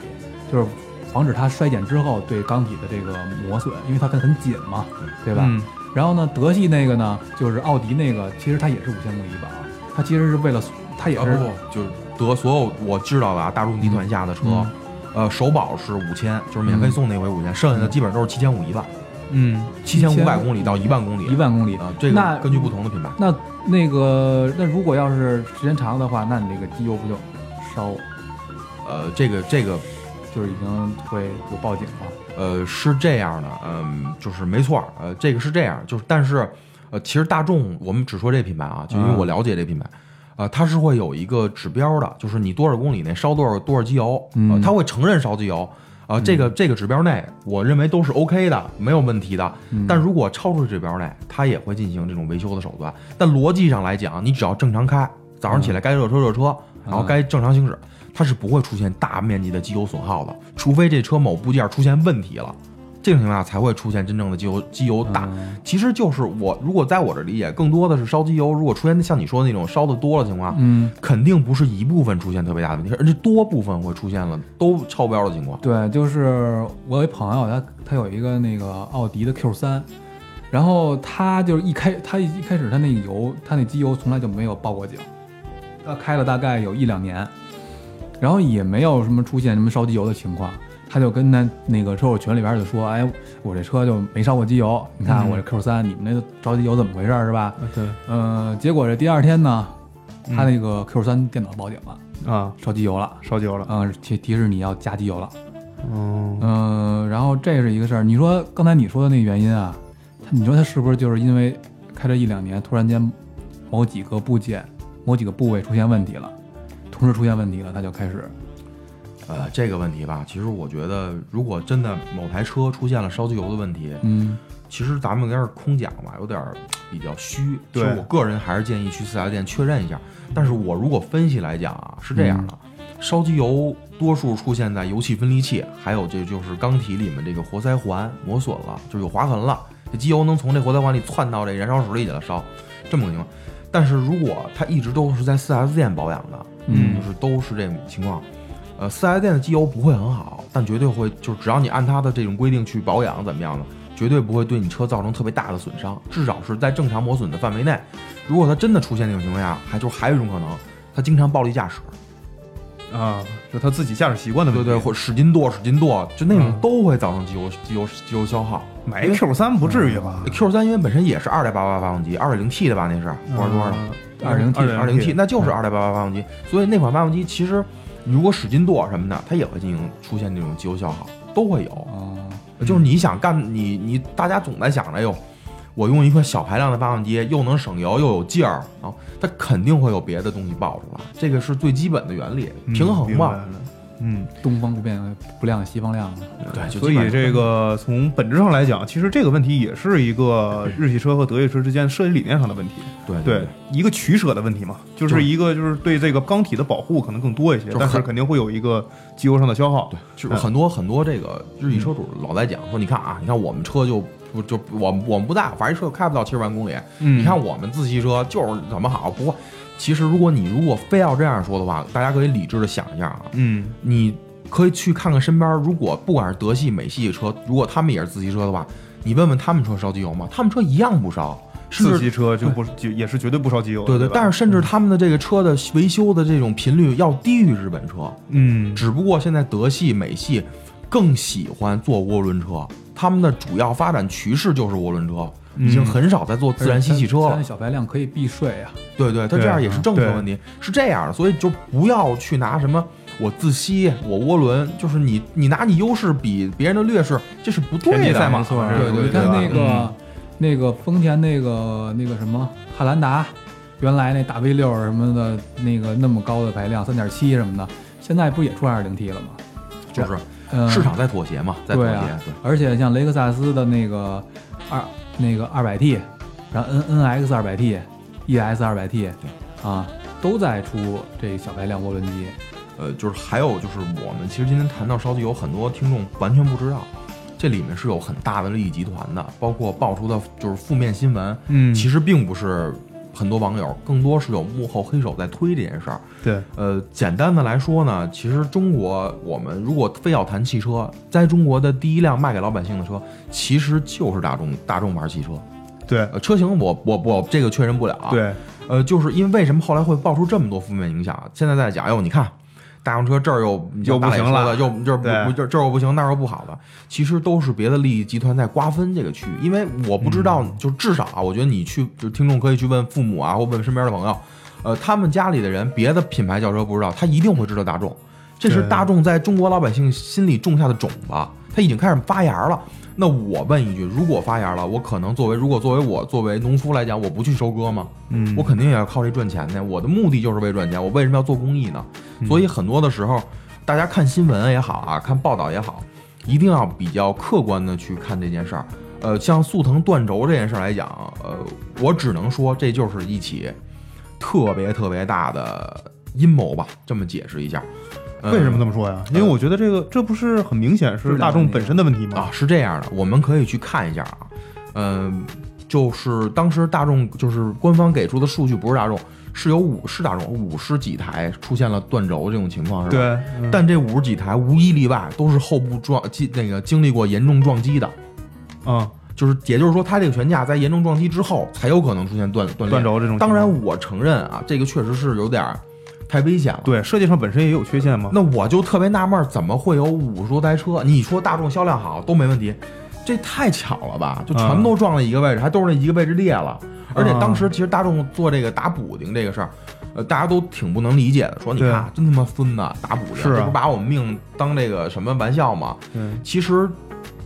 S2: 就是防止它衰减之后对钢体的这个磨损，因为它很很紧嘛，对
S1: 对
S2: 吧？
S1: 嗯
S2: 然后呢，德系那个呢，就是奥迪那个，其实它也是五千公里一保，它其实是为了它也
S3: 啊
S2: 是、
S3: 不不，就是德所有我知道的啊，大众集团下的车，
S2: 嗯
S3: 呃，首保是五千，就是免费送那回五千，剩下的基本都是七千五一万，
S1: 嗯，
S3: 七千五百公里到一万公里，
S2: 一万公里
S3: 啊，这
S2: 那
S3: 个根据不同的品牌。
S2: 那那个，那如果要是时间长的话，那你这个机油不就烧，
S3: 呃，这个这个
S2: 就是已经会有报警了。
S3: 呃是这样的，嗯，就是没错儿，呃，这个是这样，就是但是呃，其实大众我们只说这品牌啊，就因为
S2: 嗯
S3: 我了解这品牌。呃，它是会有一个指标的，就是你多少公里内烧多少多少机油，呃
S2: 嗯
S3: 它会承认烧机油，啊、这个这个指标内，我认为都是 OK 的，没有问题的。但如果超出指标内，它也会进行这种维修的手段。但逻辑上来讲，你只要正常开，早上起来该热车热车，然后该正常行驶，它是不会出现大面积的机油损耗的，除非这车某部件出现问题了。这种情况下才会出现真正的机油机油大，其实就是我如果在我这理解，更多的是烧机油。如果出现像你说的那种烧的多了情况，
S2: 嗯，
S3: 肯定不是一部分出现特别大的问题，而是多部分会出现了都超标的情况。
S2: 对，就是我有一朋友，他他有一个那个奥迪的 Q 三，然后他就是一开他一一开始他那个油，他那机油从来就没有报过警，他开了大概有一两年，然后也没有什么出现什么烧机油的情况。他就跟那那个车友群里边就说：“哎，我这车就没烧过机油，你看我这 Q 三，你们那烧机油怎么回事儿是吧？”
S1: 啊对
S2: 嗯，结果这第二天呢，他那个 Q 三电脑报警了，
S1: 啊，
S2: 烧机油了，
S1: 烧酒了，
S2: 嗯、提提示你要加机油了，
S1: 嗯，
S2: 嗯、然后这是一个事儿。你说刚才你说的那个原因啊，他你说他是不是就是因为开了一两年，突然间某几个部件、某几个部位出现问题了，同时出现问题了，他就开始，
S3: 呃，这个问题吧，其实我觉得，如果真的某台车出现了烧机油的问题，
S2: 嗯
S3: 其实咱们有点空讲吧，有点儿比较虚。
S1: 对
S3: 其实我个人还是建议去四 S 店确认一下。但是我如果分析来讲啊，是这样的，烧机油多数出现在油气分离器，还有这就是钢体里面这个活塞环磨损了，就是有划痕了，这机油能从这活塞环里窜到这燃烧室里去了烧，这么个情况。但是如果它一直都是在四 S 店保养的，
S2: 嗯
S3: 就是都是这种情况，呃，四 S 店的机油不会很好，但绝对会，就是只要你按它的这种规定去保养，怎么样呢？绝对不会对你车造成特别大的损伤，至少是在正常磨损的范围内。如果它真的出现这种情况下，还就是还有一种可能，它经常暴力驾驶，
S1: 啊，就他自己驾驶习惯的
S3: 对
S1: 问题。
S3: 对，或使劲跺使劲跺，就那种
S1: 嗯
S3: 都会造成机油机油机油消耗。
S1: 买 Q 三不至于吧？
S3: Q 三因为本身也是二点八八发动机，二点零 T 的吧，那是
S1: 嗯
S3: 多少多少的？
S2: 2.0 T
S3: 二零 T，那就是二点八八发动机，所以那款发动机其实你如果使劲跺什么的，它也会进行出现这种机油消耗，都会有。
S2: 哦，
S1: 嗯
S3: 就是你想干你你大家总在想着哟，我用一块小排量的发动机又能省油又有劲儿啊，它肯定会有别的东西爆出来，这个是最基本的原理，平衡嘛。。
S1: 嗯，
S2: 东方不变不亮西方亮，
S3: 对，就
S1: 所
S3: 基本
S1: 以
S3: 上
S1: 这个从本质上来讲，其实这个问题也是一 个日系车和德系车之间设计理念上的问题，
S3: 对
S1: 对一个取舍的问题嘛，就是一个就是对这个钢体的保护可能更多一些，
S3: 就是
S1: 但是
S3: 很
S1: 肯定会有一个机油上的消耗。
S3: 就是很多很多这个日系车主老在讲说，你看啊，你看我们车就不就我们我们不大，反正车开不到七十万公里。
S1: 嗯
S3: 你看我们自吸车就是怎么好，不过其实如果你如果非要这样说的话，大家可以理智的想一下啊，
S1: 嗯
S3: 你可以去看看身边，如果不管是德系、美系车，如果他们也是自吸车的话，你问问他们车烧机油吗？他们车一样不烧，甚
S1: 自
S3: 至
S1: 吸车就不就也是绝对不烧机油的，
S3: 对对，
S1: 吧
S3: 但是甚至他们的这个车的维修的这种频率要低于日本车，
S1: 嗯
S3: 只不过现在德系、美系更喜欢做涡轮车，他们的主要发展趋势就是涡轮车，已经很少在做自然吸气车
S2: 它
S3: 了
S2: 那。小排量可以避税啊，
S3: 对对，它
S1: 对
S3: 这样也是政策
S1: 对
S3: 问题，是这样的，所以就不要去拿什么我自吸，我涡轮，就是你你拿你优势比别人的劣势，这是不
S1: 田忌
S3: 对的
S1: 赛
S3: 赛
S1: 马
S3: 马
S1: 错
S3: 对对
S1: 是
S3: 对，啊嗯
S2: 你
S3: 对吧
S2: 看那个那个丰田那个那个什么汉兰达，原来那大 V 六什么的，那个那么高的排量，三点七什么的，现在不也出二零 T 了吗？
S3: 就是
S2: 嗯，
S3: 市场在妥协嘛，在妥
S2: 对
S3: 协，
S2: 啊
S3: 对，
S2: 而且像雷克萨斯的那个二那个二百 T，然后 N N X 二百 T，ES 二百 T，啊，都在出这小排量涡轮机。
S3: 呃，就是还有就是我们其实今天谈到烧机，有很多听众完全不知道，这里面是有很大的利益集团的，包括爆出的就是负面新闻，
S1: 嗯
S3: 其实并不是很多网友，更多是有幕后黑手在推这件事儿。
S1: 对，
S3: 呃，简单的来说呢，其实中国我们如果非要谈汽车，在中国的第一辆卖给老百姓的车，其实就是大众大众牌汽车。
S1: 对，
S3: 呃，车型我我我这个确认不了。，
S1: 对，
S3: 呃，就是因为为什么后来会爆出这么多负面影响？现在在讲，哎哟，你看。大众车这儿又
S1: 又不行了
S3: 了，又这儿不
S1: 对
S3: 不这儿这儿又不行，那儿又不好了。其实都是别的利益集团在瓜分这个区域，因为我不知
S1: 嗯
S3: 道，就至少啊，我觉得你去，就听众可以去问父母啊，或问身边的朋友，呃，他们家里的人，别的品牌轿车不知道，他一定会知道大众，这是
S1: 对
S3: 大众在中国老百姓心里种下的种子，它已经开始发芽了。那我问一句，如果发芽了，我可能作为如果作为我作为农夫来讲，我不去收割吗？
S1: 嗯
S3: 我肯定也要靠这赚钱的。我的目的就是为赚钱，我为什么要做公益呢？所以
S1: 嗯
S3: 很多的时候，大家看新闻也好啊，看报道也好，一定要比较客观的去看这件事儿。呃，像速腾断轴这件事儿来讲，呃，我只能说这就是一起特别特别大的阴谋吧，这么解释一下。呃
S1: 为什么这么说呀？因为我觉得这个这不是很明显是大众本身的问题
S3: 啊
S1: 吗？，
S3: 是这样的，我们可以去看一下啊，嗯、就是当时大众就是官方给出的数据不是大众，是有五是大众五十几台出现了断轴这种情况是吧？
S1: 对，嗯
S3: 但这五十几台无一例外都是后部撞经那个经历过严重撞击的，
S1: 啊，
S3: 就是也就是说，它这个悬架在严重撞击之后才有可能出现断断裂
S1: 断。轴这种情况，
S3: 当然，我承认啊，这个确实是有点儿太危险了。
S1: 对设计上本身也有缺陷嘛。
S3: 那我就特别纳闷儿，怎么会有五十多台车？你说大众销量好都没问题，这太巧了吧？就
S1: 嗯
S3: 全部都撞了一个位置，还都是那一个位置裂了。而且当时其实大众做这个打补丁这个事儿，呃，大家都挺不能理解的，说你
S1: 对
S3: 看真他妈孙子打补丁，
S1: 是啊
S3: 这不把我们命当这个什么玩笑吗？
S1: 嗯
S3: 其实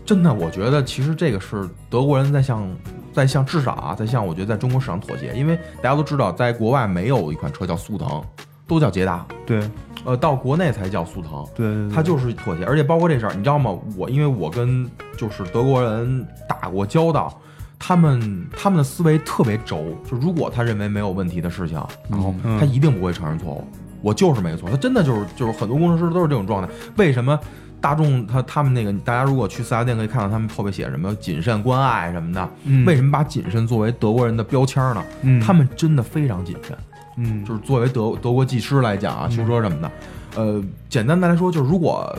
S3: 真的，我觉得其实这个是德国人在向在向至少啊，在向我觉得在中国市场妥协，因为大家都知道，在国外没有一款车叫速腾，都叫捷达，
S1: 对
S3: 呃，到国内才叫速腾。
S1: 对对，对
S3: 它就是妥协，而且包括这事儿，你知道吗？我因为我跟就是德国人打过交道，他们他们的思维特别轴，就如果他认为没有问题的事情，然后
S1: 嗯
S3: 他一定不会承认错误。我就是没错，他真的就是就是很多工程师都是这种状态。为什么大众他他们那个大家如果去四 S 店可以看到他们后边写什么谨慎、关爱什么的，
S1: 嗯
S3: 为什么把谨慎作为德国人的标签呢？
S1: 嗯
S3: 他们真的非常谨慎。
S1: 嗯
S3: 就是作为德德国技师来讲啊，修车什么的，呃，简单的来说，就是如果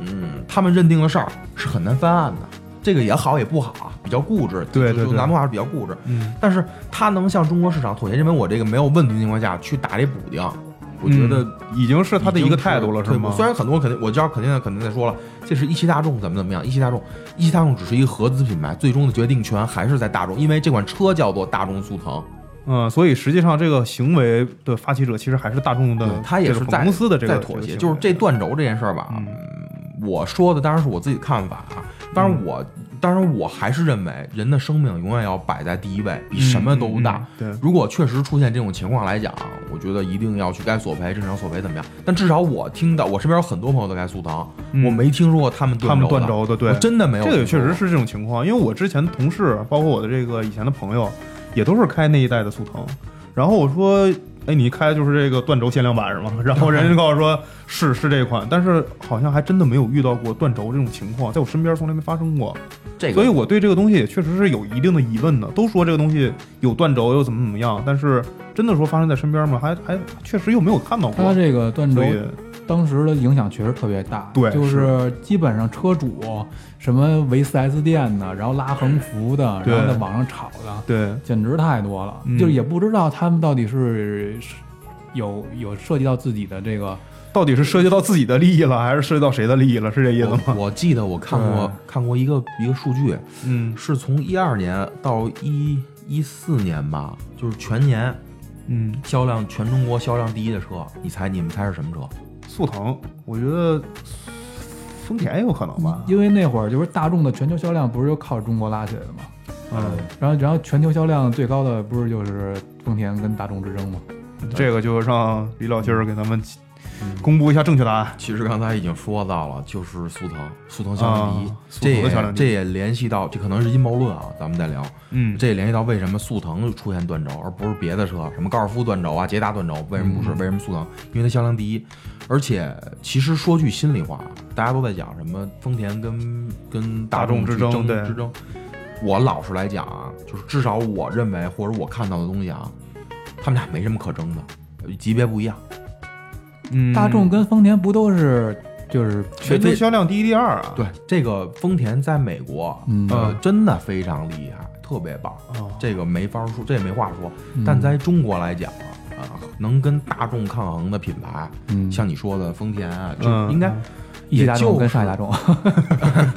S3: 嗯他们认定的事儿是很难翻案的，这个也好也不好啊，比较固执，
S1: 对
S3: 就
S1: 对
S3: 就
S1: 对
S3: 南方话是比较固执，
S1: 嗯
S3: 但是他能向中国市场妥协，认为我这个没有问题的情况下去打这补丁，我觉得。
S1: 已经嗯是他的一个态度了，是
S3: 退步
S1: 吗？
S3: 虽然很多肯定，我知道肯定肯定在说了，这是一汽大众怎么怎么样，一汽大众，一汽大众只是一个合资品牌，最终的决定权还是在大众，因为这款车叫做大众速腾，
S1: 嗯，所以实际上这个行为的发起者其实还是大众的，
S3: 他也
S1: 这个
S3: 是
S1: 总
S3: 在
S1: 公司的这个
S3: 在妥协，
S1: 个行为
S3: 就是这断轴这件事儿吧。
S1: 嗯
S3: 嗯我说的当然是我自己的看法啊，当然我当然我还是认为人的生命永远要摆在第一位，比什么都大。
S1: 嗯嗯嗯
S3: 如果确实出现这种情况来讲，我觉得一定要去该索赔，正常索赔怎么样？但至少我听到我身边有很多朋友都开速腾，
S1: 嗯
S3: 我没听说过他们
S1: 对他们
S3: 断
S1: 断
S3: 的
S1: 轴的，对
S3: 我，真的没有
S1: 这
S3: 听
S1: 个
S3: 说过。
S1: 也确实是这种情况，因为我之前同事，包括我的这个以前的朋友，也都是开那一代的速腾。然后我说：“哎，你开就是这个断轴限量版是吗？” 然后人家就告诉我说：“是是这款，但是好像还真的没有遇到过断轴这种情况，在我身边从来没发生过。
S3: 这个，
S1: 所以我对这个东西也确实是有一定的疑问的。都说这个东西有断轴又怎么怎么样，但是真的说发生在身边吗？还还确实又没有看到
S2: 它
S1: 过。
S2: 这个断轴
S1: 所以
S2: 当时的影响确实特别大，
S1: 对
S2: 就是基本上车主什么围 4S 店的，然后拉横幅的，
S1: 对
S2: 然后在网上炒的，
S1: 对，
S2: 简直太多了，
S1: 嗯
S2: 就是也不知道他们到底是是有有涉及到自己的这个，
S1: 到底是涉及到自己的利益了，还是涉及到谁的利益了？是这嗯意思吗？
S3: 我我记得我看过
S2: 对
S3: 看过一个一个数据，
S1: 嗯
S3: 是从一二年到一一四年吧，就是全年
S1: 嗯。
S3: 销量全中国销量第一的车，你猜你们猜是什么车？
S1: 速腾，我觉得丰田有可能吧。
S2: 因为那会儿就是大众的全球销量不是就靠中国拉起来的嘛，
S1: 嗯，
S2: 然后然后全球销量最高的不是就是丰田跟大众之争嘛？
S3: 嗯
S1: 这个就让李老师给咱们公布一下正确答案。
S3: 其实刚才已经说到了，就是速腾，速腾销量第一
S1: 啊，
S3: 这
S1: 速腾的销量
S3: 也
S1: 第一
S3: 这也联系到，这可能是阴谋论啊，咱们再聊。
S1: 嗯，
S3: 这也联系到为什么速腾出现断轴，而不是别的车，什么高尔夫断轴啊、捷达断轴，为什么
S1: 嗯
S3: 不是？为什么速腾？因为它销量第一。而且，其实说句心里话，啊大家都在讲什么丰田跟跟
S1: 大众
S3: 之
S1: 之争
S3: 争
S1: 对
S3: 之争。我老实来讲啊，就是至少我认为或者我看到的东西啊，他们俩没什么可争的，级别不一样。
S1: 嗯
S2: 大众跟丰田不都是就是
S1: 全球销量第一、第二啊。
S3: 对，这个丰田在美国，
S2: 嗯
S3: 呃，真的非常厉害，特别棒，
S1: 哦，
S3: 这个没法说，这也没话说。
S2: 嗯
S3: 但在中国来讲啊，啊能跟大众抗衡的品牌，
S2: 嗯
S3: 像你说的丰田啊，这
S1: 嗯
S3: 应该
S2: 一汽大
S3: 也就
S2: 众
S3: 是
S2: 跟上汽大众，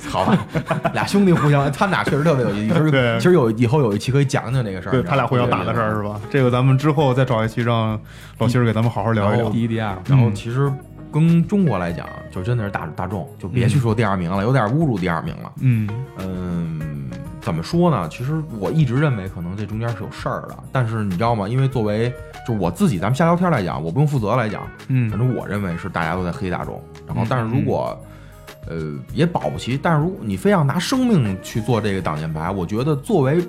S3: 好吧？ 俩兄弟互相，他们俩确实特别有意思。其实
S1: 对
S3: 其实有以后有一期可以讲讲这个事儿，
S1: 对
S3: 你知道
S1: 他俩
S3: 吗
S1: 互相打的事儿是吧？这个咱们之后再找一期，让老新儿给咱们好好聊一
S3: 然
S1: 聊嗯
S3: 后。
S2: 第一第二。
S3: 啊然后其实跟中国来讲，就真的是大大众，就别去说第二名了，有点侮辱第二名了。
S1: 嗯
S3: 嗯，怎么说呢？其实我一直认为可能这中间是有事儿的，但是你知道吗？因为作为就是我自己，咱们瞎聊天来讲，我不用负责来讲，反
S1: 嗯
S3: 正我认为是大家都在黑大众。然后
S1: 嗯，
S3: 但是如果呃也保不齐，但是如果你非要拿生命去做这个挡箭牌，我觉得作为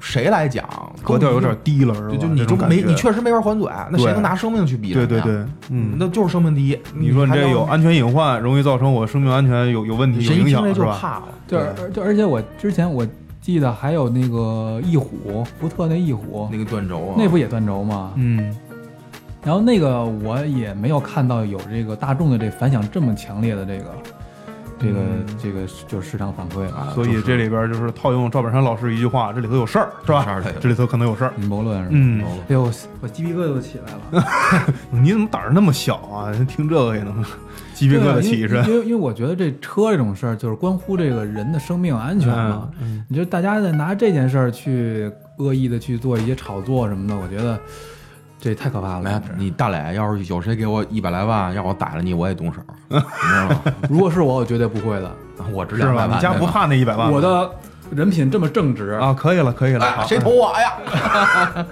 S3: 谁来讲，
S1: 格调有点低了是吧？
S3: 对，就你
S1: 这
S3: 中
S1: 种感
S3: 没
S1: 觉
S3: 你确实没法还嘴，那谁
S1: 对
S3: 能拿生命去比
S1: 对
S3: 人
S1: 对
S3: 呀？
S1: 对，嗯。
S3: 那就是生命第一。
S1: 你说你
S3: 还
S1: 这
S3: 要
S1: 有安全隐患，容易造成我生命安全有有问题、有
S3: 谁一
S1: 影
S3: 听这
S1: 响是
S3: 就
S1: 吧？
S3: 怕了。
S2: 对，
S1: 对
S2: 而就而且我之前我记得还有那个翼虎，福特那翼虎，
S3: 那个断轴啊，
S2: 那不也断轴吗？
S1: 嗯
S2: 然后那个我也没有看到有这个大众的这反响这么强烈的这个，这个、
S1: 嗯
S2: 这个就是市场反馈啊，
S3: 啊，
S1: 所
S3: 就
S1: 以
S3: 是
S1: 这里边就是套用赵本山老师一句话，这里头有事儿是
S3: 有事
S1: 吧
S3: 儿它有？
S1: 这里头可能有事儿。
S2: 阴谋论是吧？
S1: 嗯，
S3: 哦
S2: 哎呦，我我鸡皮疙瘩都起来了，
S1: 你怎么胆儿那么小啊？听这个也 能鸡皮
S2: 对
S1: 疙
S2: 啊
S1: 瘩起一身
S2: 因为。因为因为我觉得这车这种事儿就是关乎这个人的生命安全嘛。
S1: 嗯
S2: 你就大家在拿这件事儿去恶意的去做一些炒作什么的，我觉得这也太可怕了。
S3: 来，啊你大磊，要是有谁给我一百来万，让我逮了你，我也 动手，你知道吗？啊
S2: 如果是我，我绝对不会的。
S3: 我值
S1: 是
S3: 两
S1: 吧？
S3: 百万，哎
S1: 你家不怕那一百万？
S2: 我的人品这么正直，
S1: 啊，可以了，可以了。
S3: 哎
S1: 好
S3: 谁捅我呀？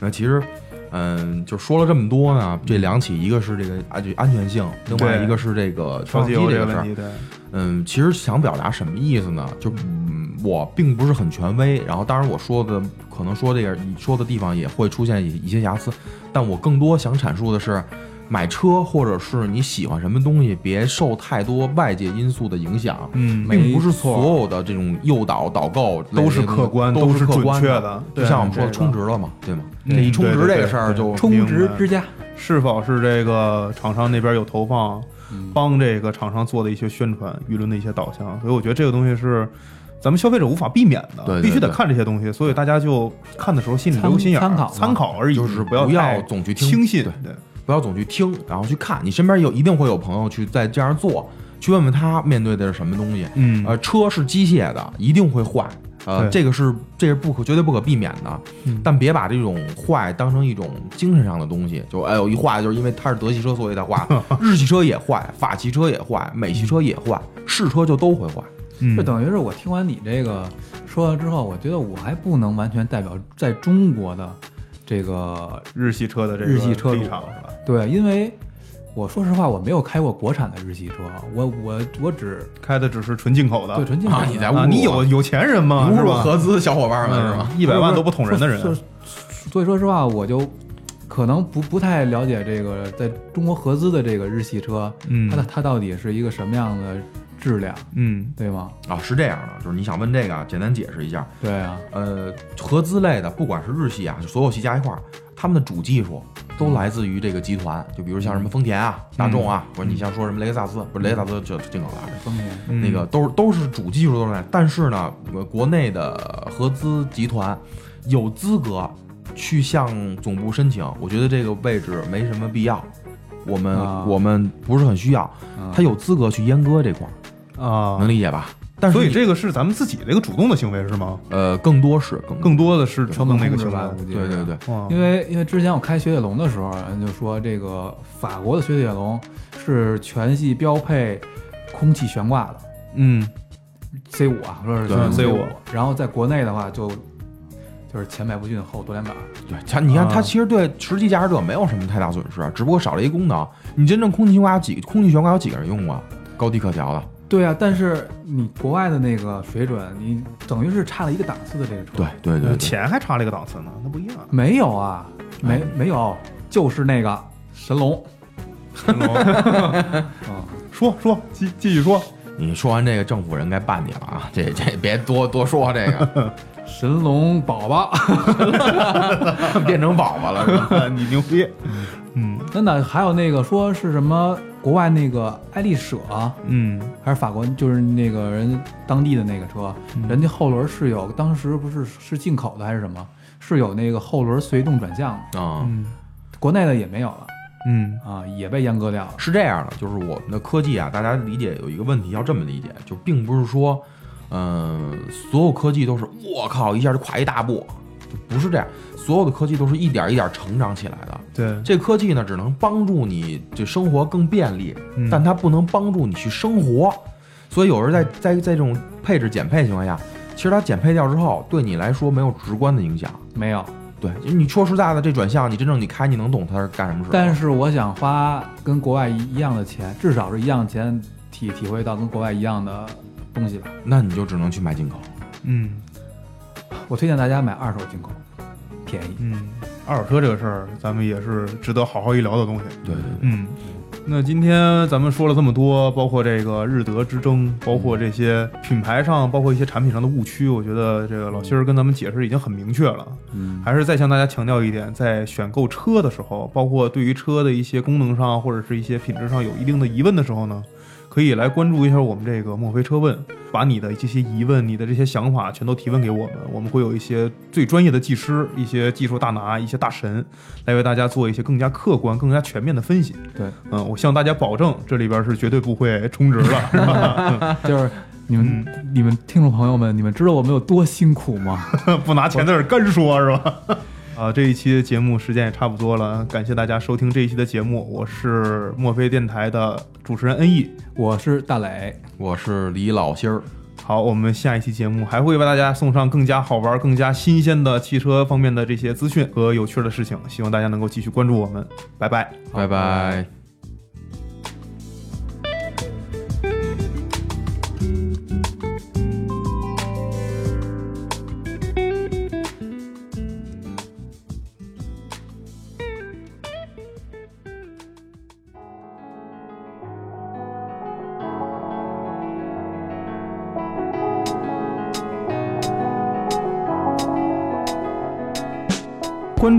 S3: 那其实，嗯，就说了这么多呢，这两起，一个是这个安全安全性，另外
S1: 对
S3: 一个是这个
S1: 烧
S3: 双
S1: 机
S3: 击
S1: 油
S3: 这
S1: 个
S3: 个事
S1: 问
S3: 儿。
S1: 题，对，
S3: 嗯，其实想表达什么意思呢？就嗯，我并不是很权威，然后当然我说的可能说这个你说的地方也会出现一一些瑕疵，但我更多想阐述的是，买车或者是你喜欢什么东西，别受太多外界因素的影响。
S1: 嗯
S2: 没
S3: 并不是
S2: 错
S3: 所有的这种诱导、导购
S1: 都是客观
S3: 都
S1: 都是
S3: 客
S1: 准
S3: 观
S1: 确的
S3: 就
S1: 对
S3: 像我们说的
S1: 这个
S3: 充值了嘛，对吗？
S1: 嗯
S3: 这一充值
S1: 对对
S3: 这个
S1: 对
S3: 事儿就
S1: 对
S2: 充值之家，
S1: 是否是这个厂商那边有投放，
S3: 嗯
S1: 帮这个厂商做的一些宣传、舆论的一些导向？所以我觉得这个东西是咱们消费者无法避免的，
S3: 对对
S1: 必须得
S3: 对
S1: 看这些东西。所以大家就看的时候心里
S2: 参
S1: 留心眼儿，
S2: 参考嘛
S1: 参考而已，
S3: 就是
S1: 不要
S3: 不要
S1: 太
S3: 总去听
S1: 轻信。
S3: 对
S1: 对，
S3: 不要总去听，然后去看。你身边有一定会有朋友去在这样做，去问问他面对的是什么东西。
S1: 嗯
S3: 呃，车是机械的，一定会坏，呃，
S1: 对
S3: 这个是这是不可绝对不可避免的。
S1: 嗯
S3: 但别把这种坏当成一种精神上的东西，就哎呦一坏就是因为它是德系车所以它 坏，日系车也坏，法系车也坏，美系车也坏，试车就都会坏。
S1: 嗯
S2: 就等于是我听完你这个说了之后，我觉得我还不能完全代表在中国的这个
S1: 日系车的这个
S2: 日系车主
S1: 立场是吧？
S2: 对，因为我说实话，我没有开过国产的日系车，我我我只
S1: 开的只是纯进口的
S2: 对纯进口
S3: 啊
S2: 的、，
S3: 你在
S1: 啊，
S3: 侮
S1: 你
S3: 辱我
S1: 有有钱人吗？
S3: 侮
S1: 啊是
S3: 辱
S1: 吧？嗯
S3: 合资小伙伴们是吧？
S1: 一百万都不捅人的啊人，
S2: 所以所以说实话，我就可能不不太了解这个在中国合资的这个日系车，
S1: 嗯
S2: 它的它到底是一个什么样的质量，
S1: 嗯
S2: 对吗？
S3: 啊，是这样的，就是你想问这个，简单解释一下。
S2: 对啊，
S3: 呃，合资类的，不管是日系啊，就所有系加一块儿，他们的主技术
S1: 嗯
S3: 都来自于这个集团，就比如像什么丰田啊、大众啊，或者你像说什么雷克萨斯，不是雷克萨斯就进口来的，
S2: 丰田，
S1: 嗯
S3: 那个都是都是主技术都是来，但是呢，呃国内的合资集团有资格去向总部申请，我觉得这个位置没什么必要，我们、
S2: 啊
S3: 我们不是很需要，
S2: 嗯
S3: 他有资格去阉割这块儿，
S1: 啊
S3: 能理解吧？
S2: 但是
S1: 所以
S2: 你
S1: 这个是咱们自己的一个主动的行为是吗？
S3: 呃，更多是更
S1: 更多的是
S2: 成本
S1: 那
S2: 控
S1: 个
S2: 制
S1: 行
S2: 吧，估。
S1: 为
S2: 计
S3: 对
S2: 是
S3: 对对，
S1: 哇
S2: 因为因为之前我开雪铁龙的时候，人就说这个法国的雪铁龙是全系标配空气悬挂的
S1: 嗯
S2: C 五啊，说是
S3: 对
S2: C
S1: C5
S2: 然后在国内的话就就是前麦弗逊后多连杆儿，
S3: 对，它你看它
S1: 啊
S3: 其实对实际驾驶者没有什么太大损失，啊只不过少了一功能。你真正空气悬挂有几空气悬挂有几个人用啊？高低可调的，
S2: 对啊，但是你国外的那个水准，你等于是差了一个档次的这个车，
S3: 对，对对对，
S1: 钱还差了一个档次呢，那不一样。
S2: 没有啊，没没有，就是那个神龙
S1: 成龙
S2: 啊，
S1: 说说继继续说，
S3: 你说完这个政府人该办你了啊！这这别多多说这 个，
S2: 神龙宝宝，
S3: 变成宝宝了。
S1: 哎你牛逼。嗯
S2: 真的还有那个说是什么国外那个爱丽舍啊
S1: 嗯
S2: 还是法国，就是那个人当地的那个车，
S1: 嗯
S2: 人家后轮是有，当时不是是进口的还是什么，是有那个后轮随动转向的，
S3: 啊，
S1: 嗯
S2: 国内的也没有了
S1: 嗯
S2: 啊，也被阉割掉了。
S3: 是这样的，就是我们的科技啊，大家理解有一个问题要这么理解，就并不是说，嗯、所有科技都是我靠一下就跨一大步，就不是这样，所有的科技都是一点一点成长起来的。
S1: 对，
S3: 这科技呢，只能帮助你这生活更便利，
S1: 嗯
S3: 但它不能帮助你去生活。所以有时候在在在这种配置减配情况下，其实它减配掉之后，对你来说没有直观的影响。
S2: 没有，
S3: 对，你说实在的，这转向你真正你开，你能懂它是干什么事儿吗？
S2: 但是我想花跟国外一样的钱，至少是一样的钱，体体会到跟国外一样的东西吧。
S3: 那你就只能去买进口。
S1: 嗯
S2: 我推荐大家买二手进口，便 宜。
S1: 嗯，二手车这个事儿，咱们也是值得好好一聊的东西。
S3: 对对对，
S1: 嗯，那今天咱们说了这么多，包括这个日德之争，包括这些品牌上，包括一些产品上的误区，我觉得这个老希儿跟咱们解释已经很明确了。
S2: 嗯，
S1: 还是再向大家强调一点，在选购车的时候，包括对于车的一些功能上或者是一些品质上有一定的疑问的时候呢，可以来关注一下我们这个墨菲车问，把你的这些疑问、你的这些想法全都提问给我们，我们会有一些最专业的技师、一些技术大拿、一些大神来为大家做一些更加客观、更加全面的分析。
S2: 对，
S1: 嗯，我向大家保证，这里边是绝对不会充值的，是吧？
S2: 就是你们、你们听众朋友们，你们知道我们有多辛苦吗？
S1: 不拿钱在这儿干说，是吧？ 啊，这一期的节目时间也差不多了，感谢大家收听这一期的节目，我是墨菲电台的主持人恩义。
S2: 我是大磊，
S3: 我是李老心儿，
S1: 好，我们下一期节目还会为大家送上更加好玩、更加新鲜的汽车方面的这些资讯和有趣的事情，希望大家能够继续关注我们，拜拜。
S3: 拜拜。
S1: 关